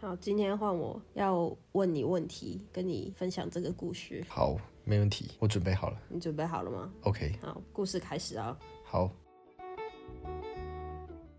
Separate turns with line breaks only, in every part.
好，今天换我要问你问题，跟你分享这个故事，
好，没问题，我准备好了。
你准备好了吗？
OK，
好，故事开始啊。
好，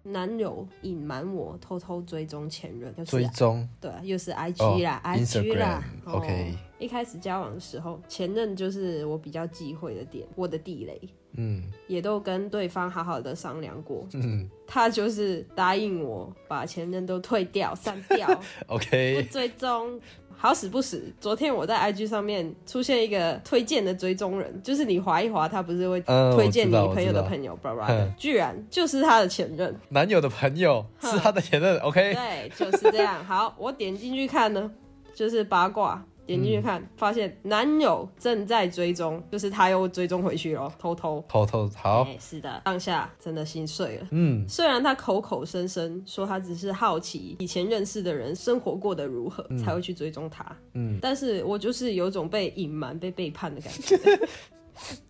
男友隐瞒我偷偷追踪前任，就是啊
追踪
对，又是 I
哦
G 啦、i G 啦。哦
Instagram OK
一开始交往的时候，前任就是我比较忌讳的点，我的地雷，
嗯
也都跟对方好好的商量过。
嗯
他就是答应我把前任都退掉、删掉、 不啊
，OK，
追踪。好死不死，昨天我在 IG 上面出现一个推荐的追踪人，就是你划一划，他不是会
嗯，
推荐
我
你
知道嗯
朋友的朋，友，巴拉巴拉的，居然就是他的前任
我。知道男友的朋友
哼
是他的前任，OK，
对，啊就是这样。好，我点进去看呢，就是八卦。点进去看，
嗯
发现男友正在追踪，就是他又追踪回去咯，偷偷。
偷偷好，
哎是的，当下真的心碎了。
嗯
虽然他口口声声说他只是好奇以前认识的人生活过得如何，才会去追踪他，
嗯，
但是我就是有种被隐瞒、被背叛的感 觉。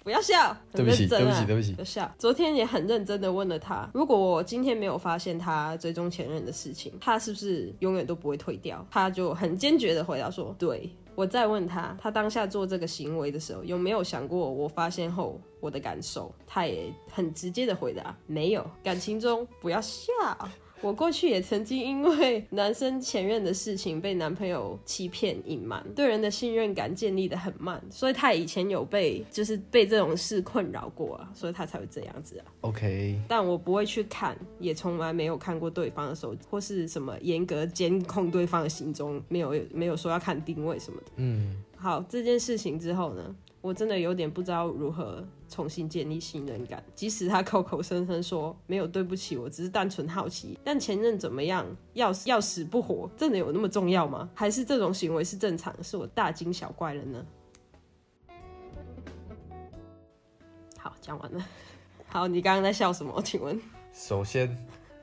不要笑，很
对不起
认真啊
对不起对不起
不要笑。昨天也很认真的问了他，如果我今天没有发现他追踪前任的事情，他是不是永远都不会退掉？他就很坚决的回答说，对。我再问他，他当下做这个行为的时候，有没有想过我发现后我的感受？他也很直接的回答，没有。感情中不要笑。我过去也曾经因为男生前任的事情被男朋友欺骗、隐瞒，对人的信任感建立的很慢，所以他以前有被就是被这种事困扰过啊，所以他才会这样子啊。
，OK，
但我不会去看，也从来没有看过对方的手机或是什么严格监控对方的行踪，没有没有说要看定位什么的。
嗯
好，这件事情之后呢，我真的有点不知道如何重新建立信任感。即使他口口声声说没有对不起，我只是单纯好奇，但前任怎么样，要死要死不活，真的有那么重要吗？还是这种行为是正常，是我大惊小怪了呢？好，讲完了。好，你刚刚在笑什么？请问？
首先。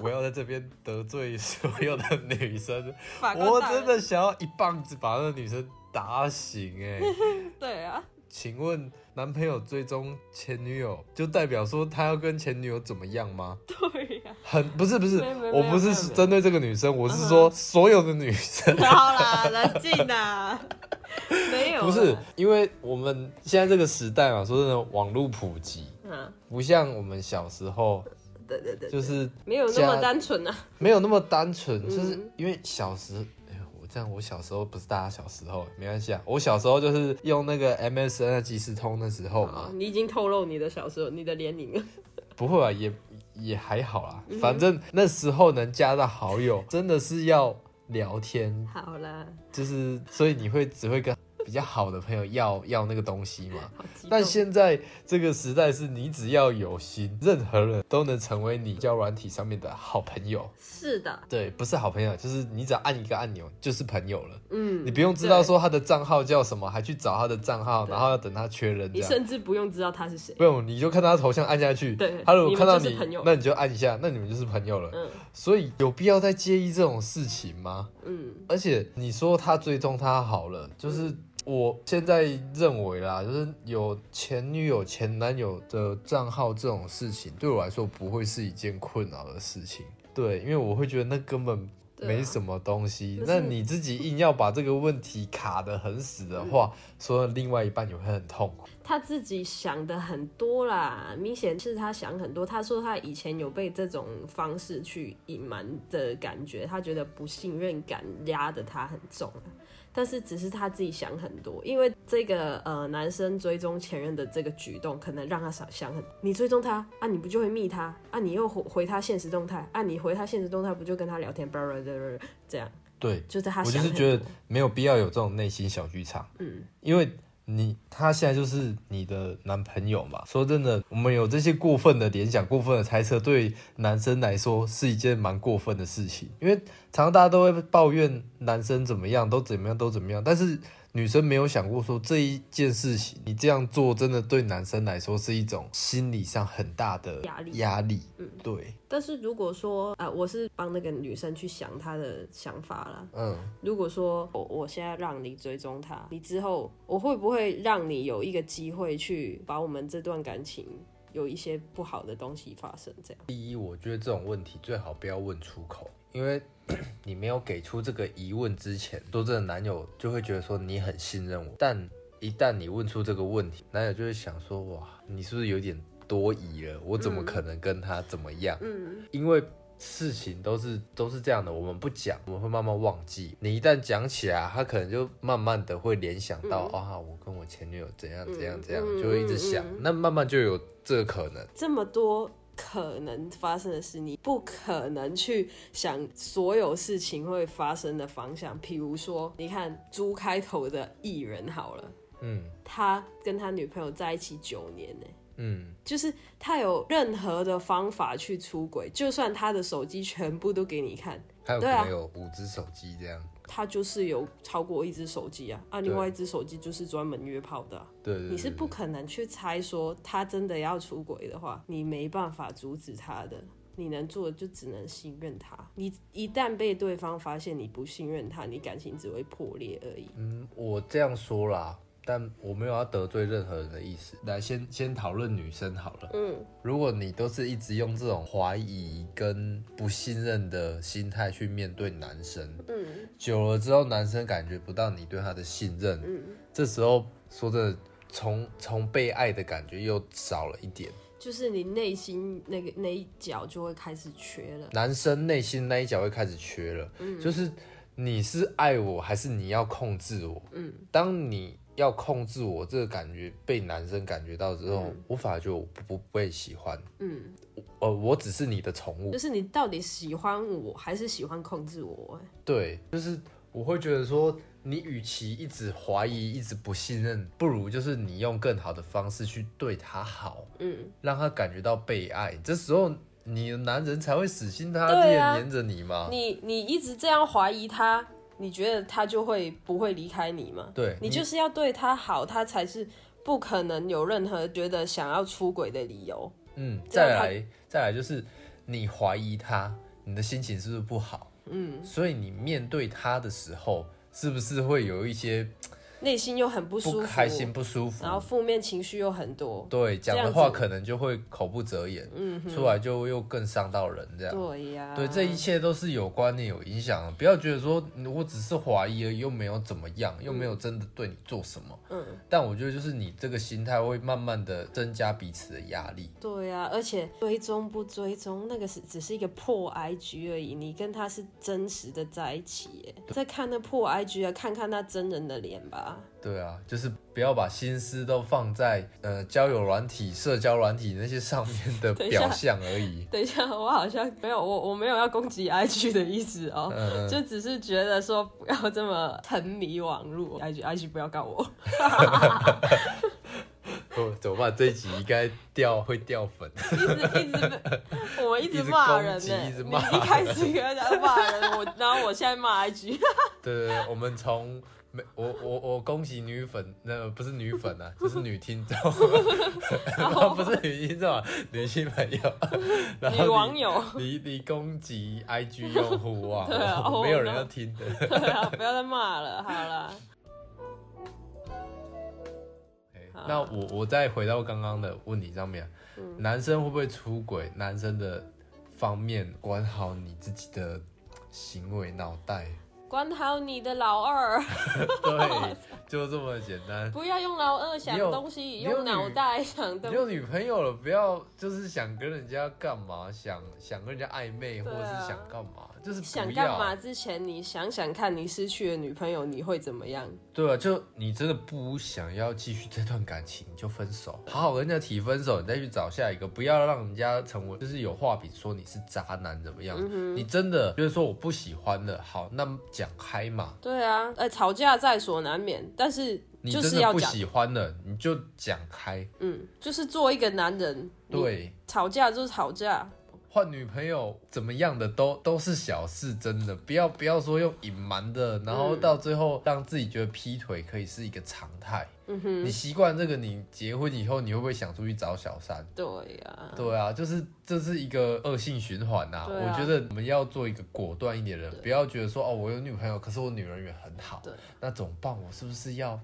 我要在这边得罪所有的女生，
法官
我
大人
真的想要一棒子把那女生打醒哎、
对啊，
请问男朋友追踪前女友，就代表说他要跟前女友怎么样吗？
对啊呀、
很不是不是
没有没有，
我
没有
不
没
是
有嗯没有
针对这个女生，我是说所有的女生。
好啦，冷静啦，没有啦啊
不是，，因为我们现在这个时代嘛，说真的，网络普及，
嗯，
不像我们小时候，
对对对，
就是
没有那么
家
单纯啊。
没有那么单纯，
嗯
就是因为小时，哎呦，我这样，我小时候不是大家小时候，没关系啊，我小时候就是用那个 MSN 的即时通的时候嘛，
哦，你已经透露你的小时候、你的年龄了。
不会吧，也也还好啦。
嗯
反正那时候能加到好友，真的是要聊天，
好啦，
就是所以你会只会跟比较好的朋友要要那个东西嘛。
好激动。
但现在这个时代是你只要有心，任何人都能成为你交友软体上面的好朋友。
是的，
对，不是好朋友，就是你只要按一个按钮就是朋友了。
嗯，
你不用知道说他的账号叫什么，还去找他的账号，
对
然后要等他确认这
你
样。
甚至不用知道他是谁。
不用，你就看他头像按下去。
对
他如
你们
果看到
就
你，
是朋友
那你就按一下，那你们就是朋友了。
嗯
所以有必要再介意这种事情吗？
嗯，
而且你说他追踪他好了，就是我现在认为啦，就是有前女友、前男友的账号这种事情，对我来说不会是一件困扰的事情。对，因为我会觉得那根本
对啊
没什么东西
可。是
那你自己硬要把这个问题卡得很死的话，说另外一半也会很痛苦。
他自己想的很多啦，明显是他想很多。他说他以前有被这种方式去隐瞒的感觉，他觉得不信任感压得他很重啊。但是只是他自己想很多，因为这个呃男生追踪前任的这个举动，可能让他想想很，你追踪他啊，你不就会密他啊，你又回回他现实动态啊，你回他现实动态不就跟他聊天，叭叭叭叭叭这样，
对，
就是他
我就
想
是
很
觉得
多
没有必要有这种内心小剧场。
嗯，
因为你他现在就是你的男朋友嘛。说真的，我们有这些过分的联想、过分的猜测，对男生来说是一件蛮过分的事情。因为常常大家都会抱怨男生怎么样，都怎么样，都怎么样，但是女生没有想过说这一件事情，你这样做真的对男生来说是一种心理上很大的
压力
压力，
嗯
对，
但是如果说啊、呃我是帮那个女生去想她的想法啦，
嗯，
如果说我我现在让你追踪他，你之后我会不会让你有一个机会去把我们这段感情有一些不好的东西发生。这样，
第一，我觉得这种问题最好不要问出口，因为 你没有给出这个疑问之前，说真的，男友就会觉得说你很信任我，但一旦你问出这个问题，男友就会想说哇，你是不是有点多疑了？我怎么可能跟他怎么样？
嗯，
因为事情都是都是这样的，我们不讲，我们会慢慢忘记。你一旦讲起来，他可能就慢慢的会联想到、啊，我跟我前女友怎样怎样怎样，
嗯
就会一直想，那慢慢就有这个可能。
这么多可能发生的事，你不可能去想所有事情会发生的方向。比如说，你看猪开头的艺人好了，
嗯
他跟他女朋友在一起九年呢、
嗯，
就是他有任何的方法去出轨，就算他的手机全部都给你看，
还有可
对啊
能有五只手机这样。
他就是有超过一只手机啊，啊，另外一只手机就是专门约炮的啊、
对对对
你是不
对
可能去猜说他真的要出轨的话，你没办法阻止他的。你能做的就只能信任他。你一旦被对方发现你不信任他，你感情只会破裂而已。
嗯，我这样说啦，但我没有要得罪任何人的意思。来，先先讨论女生好了。
嗯，
如果你都是一直用这种怀疑跟不信任的心态去面对男生，嗯，久了之后男生感觉不到你对他的信任，嗯，这时候说真的，从从被爱的感觉又少了一点。
就是你内心那个那一角就会开始缺了。
男生内心那一角会开始缺了，
嗯
就是你是爱我还是你要控制我？嗯，当你要控制我这个感觉被男生感觉到之后，我反而觉得我不不被喜欢，
嗯，
呃，我只是你的宠物
就，是你到底喜欢我还是喜欢控制我？哎
对，就是我会觉得说，你与其一直怀疑、一直不信任，不如就是你用更好的方式去对他好，
嗯，
让他感觉到被爱，这时候你的男人才会死心塌地
对
的
啊
黏着你嘛。
你你一直这样怀疑他，你觉得他就会不会离开你吗？
对，
你就是要对他好，他才是不可能有任何觉得想要出轨的理由。
嗯，
这样
再
他
来再来就是你怀疑他，你的心情是不是不好？嗯，所以你面对他的时候，是不是会有一些
内心又很不舒
不
服，
开心、不舒服？
然后负面情绪又很多。
对，讲
这
的
样
话
子
可能就会口不择言，嗯，出来就又更伤到人这样。
对呀、
对，这一切都是有观念、有影响的。不要觉得说嗯我只是怀疑而已，又没有怎么样，又没有真的对你做什么。
嗯，
但我觉得就是你这个心态会慢慢的增加彼此的压力。
对呀、而且追踪不追踪，那个是只是一个破 IG 而已，你跟他是真实的在一起耶。再看那破 IG 啊，看看他真人的脸吧。
对啊，就是不要把心思都放在呃交友软体、社交软体那些上面的
等一下
表象而已。
等一下，我好像没有我我没有要攻击 IG 的意思哦，
嗯
就只是觉得说不要这么沉迷网络，IG IG 不要告我。
哦，怎么办？这一集应该掉会掉粉。
一直一直被我一
一
直
直
骂
攻
人
击
呢、
一直
你
骂
一开始跟他骂人， 我然后我现在骂 IG，
对对对，我们从没我我我恭喜女粉，那、不是女粉 啊，就是女听众， 不是女听众、啊，女性 朋友，然后
哦女网
你
友，
你你攻击 IG 用户 哇，
对啊
我
哦
没有人
然后
要听的。
对啊，不要再骂了，好啦，
哎
好
那我我再回到刚刚的问题上面，
嗯
男生会不会出轨？男生的方面管好你自己的行为脑袋，
管好你的老二，
对， 就这么简单。
不要用老二想
你有
东西，
你有
用脑
女
袋想
你
东西。
有女朋友了，不要就是想跟人家干嘛，想想跟人家暧昧，或
对啊
者是想干嘛，就是不
想干嘛
要。
之前，你想想看，你失去了女朋友，你会怎么样？
对啊，就你真的不想要继续这段感情，你就分手，好好跟人家提分手，你再去找下一个，不要让人家成为就是有话柄说你是渣男怎么样。
嗯
你真的就是说我不喜欢了，好，那讲开嘛。
对啊，呃，吵架在所难免，但是
你
就
真
是
的
要
不
讲，
喜欢了，你就讲开。
嗯，就是做一个男人，你
对，
吵架就是吵架，
换女朋友怎么样的都都是小事，真的不要不要说用隐瞒的，然后
嗯
到最后让自己觉得劈腿可以是一个常态。
嗯哼，
你习惯这个，你结婚以后你会不会想出去找小三？
对呀、
对啊，就是这是一个恶性循环呐、
嗯对啊
我觉得我们要做一个果断一点的人，不要觉得说哦，我有女朋友，可是我女人缘很好，
对，
那怎么办？我是不是要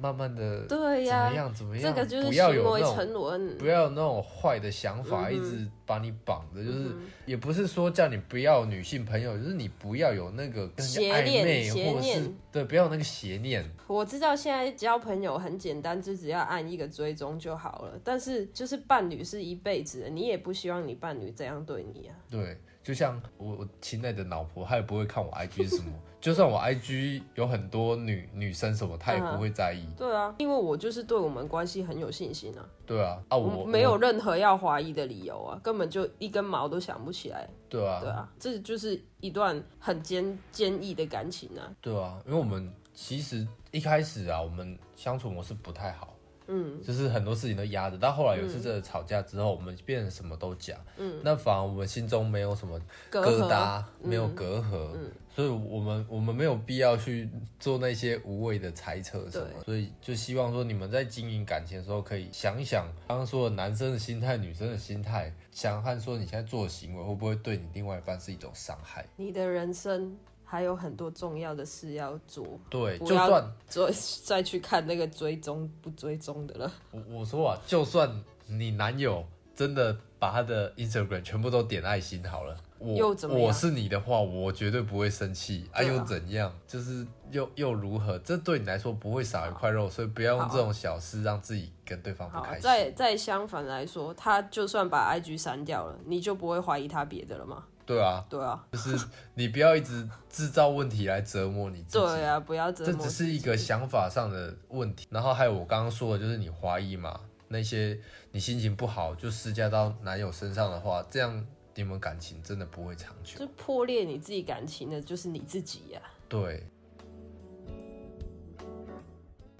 慢慢的
对
怎
呀、
么呃样怎么
这
样，
个就是
不要
行
有
为
那
沉
种
沦。
不要有那种坏的想
嗯
法，一直把你绑着，就是、也不是说叫你不要女性朋友，就是你不要有那个跟人家
邪
暧
念
昧
邪
或者是
念
对，不要有那个邪念，
我知道现在交朋友很简单，就只要按一个追踪就好了。但是就是伴侣是一辈子的，你也不希望你伴侣这样对你啊。
对，就像我我亲爱的老婆，她也不会看我 IG 是什么， 就算我 IG 有很多女女生什么，她也
嗯
不会在意。
对啊，因为我就是对我们关系很有信心啊，
对啊，啊
我
我
没有
我
任何要怀疑的理由啊，根本就一根毛都想不起来。
对啊
对啊，这就是一段很坚坚毅的感情啊。
对啊，因为我们其实一开始啊，我们相处模式不太好，
嗯，
就是很多事情都压着。但后来有一次真的吵架之后，我们变成什么都讲，嗯，那反而我们心中没有什么
隔阂嗯
疙瘩，没有隔阂，所以我们我们没有必要去做那些无谓的猜测什么。所以就希望说你们在经营感情的时候，可以想一想刚刚说的男生的心态、女生的心态，想看说你现在做的行为会不会对你另外一半是一种伤害。
你的人生还有很多重要的事要做，
对，
不
就
要
算
所以 再去看那个追踪不追踪的了。
我我说啊，就算你男友真的把他的 Instagram 全部都点爱心好了，我
又怎么样
我是你的话，我绝对不会生气。啊，
对啊
又怎样？就是又又如何？这对你来说不会少一块肉，所以不要用
好啊
这种小事让自己跟对哦方不
好
开，心。
再再相反来说，他就算把 IG 删掉了，你就不会怀疑他别的了吗？
对啊，
对啊，
就是你不要一直制造问题来折磨你自己。
对啊，不要折
这
磨
只。是一个想法上的问题。然后还有我刚刚说的，就是你怀疑嘛，那些你心情不好就施加到男友身上的话，这样你们感情真的不会长久。
就破裂你自己感情的，就是你自己啊呀、
对，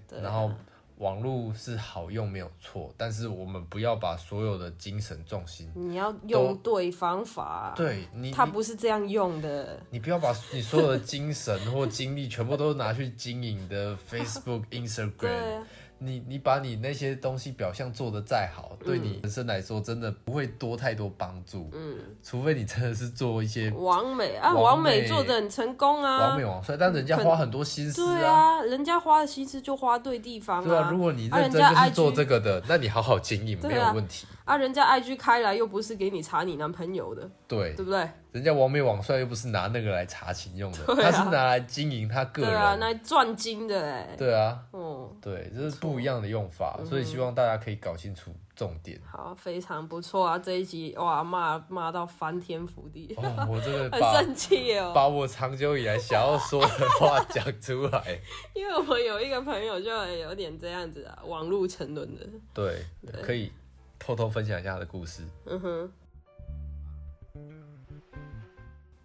对啊
然后网络是好用没有错，但是我们不要把所有的精神重心，
你要用对方法啊、
对你，
他
你
不是这样用的。
你不要把你所有的精神或精力全部都拿去经营你的 Facebook、Instagram，
对啊，
你你把你那些东西表象做得再好，对你
嗯
人生来说真的不会多太多帮助。嗯，除非你真的是做一些
王美啊，
王
王
美
美做的很成功啊。
完美网帅，但人家花很多心思
对
啊。
啊，人家花的心思就花对地方
对啊，如果你
啊
认
人
真
家
就是做
IG
这个的，那你好好经营
对
没
啊
有问题。
啊，人家 IG 开来又不是给你查你男朋友的，
对
对，不对？
人家完美网帅又不是拿那个来查情用的，
对啊
他是拿来经营他个
对啊，
人。
那赚金的哎、
对啊，
哦，
对，这是不一样的用法，
嗯
所以希望大家可以搞清楚重点。
好，非常不错啊！这一集哇，骂骂到翻天覆地，
哦，我真的
很
把
生气哦。
把我长久以来想要说的话讲出来。
因为我有一个朋友就有点这样子啊，网路沉沦的。
对，可以偷偷分享一下他的故事，
嗯哼，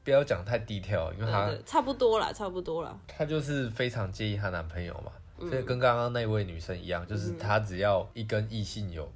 不要讲太 detail，因为她
对对，差不多啦，差不多啦。
她就是非常介意她男朋友嘛，
嗯
所以跟刚刚那位女生一样，就是她只要一跟异性有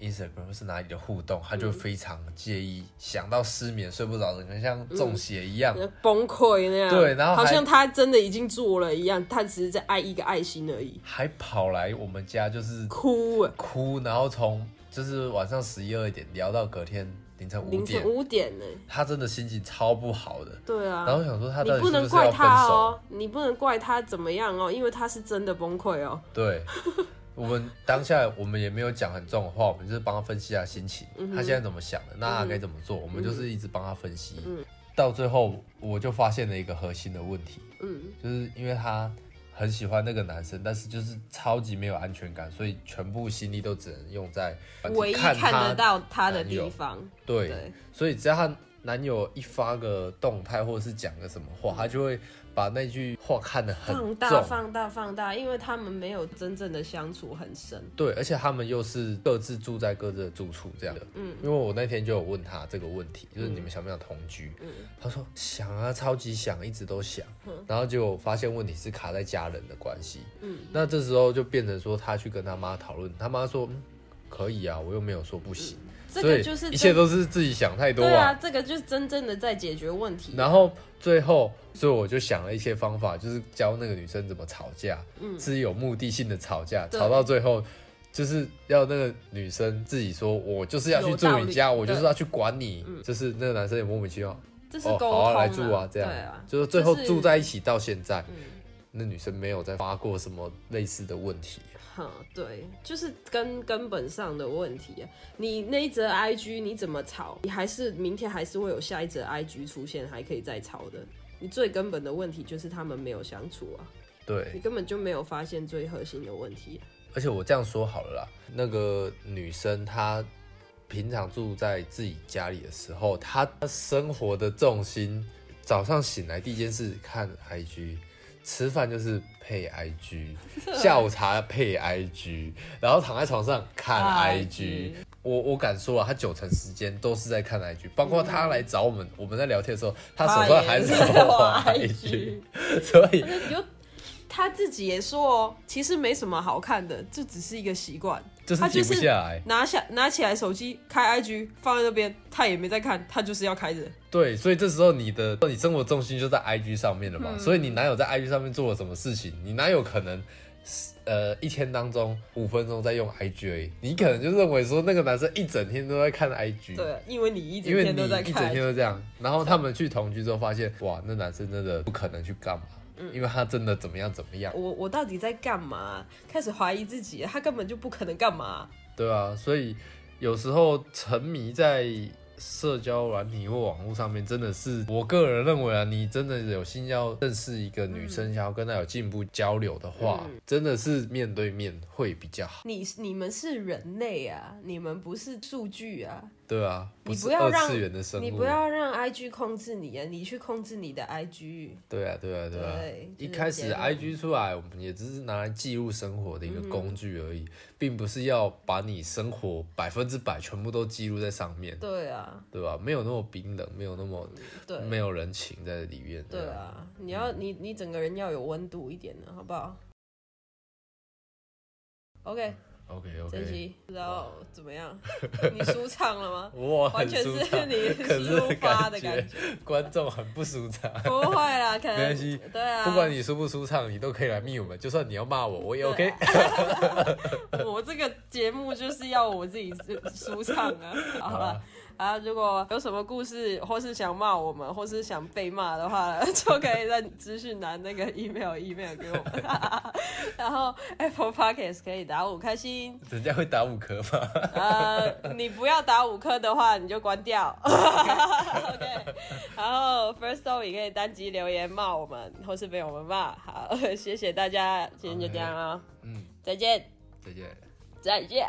Instagram 或是哪里的互动，她就非常介意，想到失眠睡不着，整个像中邪一样。
崩溃那样，
对然后还
好像他真的已经做了一样，他只是在爱一个爱心而已，
还跑来我们家就是
哭哎、
哭，然后从就是晚上十一二点聊到隔天凌晨五
凌晨
点，
五点呢、
她真的心情超不好的。
对啊，
然后想说她
你
到底
不
是
能
不是
怪
要分
他
手？
哦，你不能怪他怎么样哦，因为他是真的崩溃哦。
对， 我们当下我们也没有讲很重的话，我们就是帮他分析他心情，
嗯
他现在怎么想的，那他该怎么做，我们就是一直帮他分析。
嗯
到最后，我就发现了一个核心的问题，
嗯，
就是因为他很喜欢那个男生，但是就是超级没有安全感，所以全部心力都只能用在
唯一
看
看得
他。
到他的
男友
地方，
对，
对，
所以只要他男友一发个动态或者是讲个什么话，他就会把那句话看得很
放
重，
大放大放大，因为他们没有真正的相处很深。
对，而且他们又是各自住在各自的住处这样的。嗯，因为我那天就有问他这个问题，就是
嗯
你们想不想同居？嗯，他说想啊，超级想，一直都想。
嗯
然后结果发现问题是卡在家人的关系。嗯，那这时候就变成说他去跟他妈讨论，他妈说、嗯、可以啊，我又没有说不行，
嗯这
所
个
以
就是
一切
真
都是自己想太多
对啊，这个就是真正的在解决问题。
然后最后，所以我就想了一些方法，就是教那个女生怎么吵架，是有目的性的吵架，
嗯对
吵到最后。就是要那个女生自己说，我就是要去住
有道
你
理
家，我
对嗯
就是要去管你。就是那个男生也莫名其妙，
这是
哦，
沟
好
通、啊
好来住啊，这样，
对啊，
就是最后
就是
住在一起到现在。那女生没有再发过什么类似的问题。
哼，对，就是根根本上的问题啊。你那一则 IG 你怎么吵，你还是明天还是会有下一则 IG 出现，还可以再吵的。你最根本的问题就是他们没有相处啊，你
对，
根本就没有发现最核心的问题啊、
而且我这样说好了啦，那个女生她平常住在自己家里的时候，她生活的重心，早上醒来第一件事看 IG。吃饭就是配 IG，下午茶配 IG，然后躺在床上看
啊
IG，
IG
我我敢说啊，他九成时间都是在看 IG，包括他来找我们，我们在聊天的时候，
啊
他手上还
也
是
是
有滑
IG
IG，。所以
那有他自己也说哦，其实没什么好看的，这只是一个习惯。
就是
他
停
就
不
是
下来。
拿下拿起来手机开 IG 放在那边，他也没在看，他就是要开着。
对，所以这时候你的你生活重心就在 IG 上面了
嗯
嘛，所以你哪有在 IG 上面做了什么事情？你哪有可能？呃，一天当中五分钟在用 IG 而已，你可能就认为说那个男生一整天都在看 IG，
对，啊因为你一整
因为
天
你
都在
一整
看
天，都这样，然后他们去同居之后发现，哇，那男生真的不可能去干嘛，
嗯
因为他真的怎么样怎么样，
我我到底在干嘛？开始怀疑自己，他根本就不可能干嘛。
对啊，所以有时候沉迷在社交软体或网络上面，真的是我个人认为啊，你真的有心要认识一个女生，想要跟她有进一步交流的话，
嗯
真的是面对面会比较好，
你你们是人类啊，你们不是数据啊，
对啊，
你
是
不要
二
让
次元的生物，
你不要让 IG 控制你啊，你去控制你的 IG。
对啊，对啊，对啊。
对
一
就是
开
结
始
论
IG 出来，我们也只是拿来记录生活的一个工具而
嗯
已，并不是要把你生活百分之百全部都记录在上面，
对啊，
对吧？没有那么冰冷，没有那么
对。
没有嗯人情在里面。
对啊，你要你你整个人要有温度一点啊的，好不好？OK，
，OK
这
OK，
期不知道怎么样，你舒畅了吗？
我
完
很
全
舒
是
畅，
你
可是
抒发的
感
感
觉
觉，
观众很不舒 畅。
不会啦，可能
没关系
对啊，
不管你舒不舒畅，你都可以来密我们。就算你要骂我，我也
啊
OK。
我这个节目就是要我自己舒舒畅 啊。好了
啊，
啊，如果有什么故事，或是想骂我们，或是想被骂的话， 就可以在资讯栏那个 email email 给我们。 然后 Apple Podcast 可以打五颗星，
人家会打五颗吗？
呃，你不要打五颗的话，你就关掉。OK，然后 First Story 可以单击留言骂我们，或是被我们骂。好，谢谢大家，今天就这样啊，
嗯，
再见，
再见。
再见。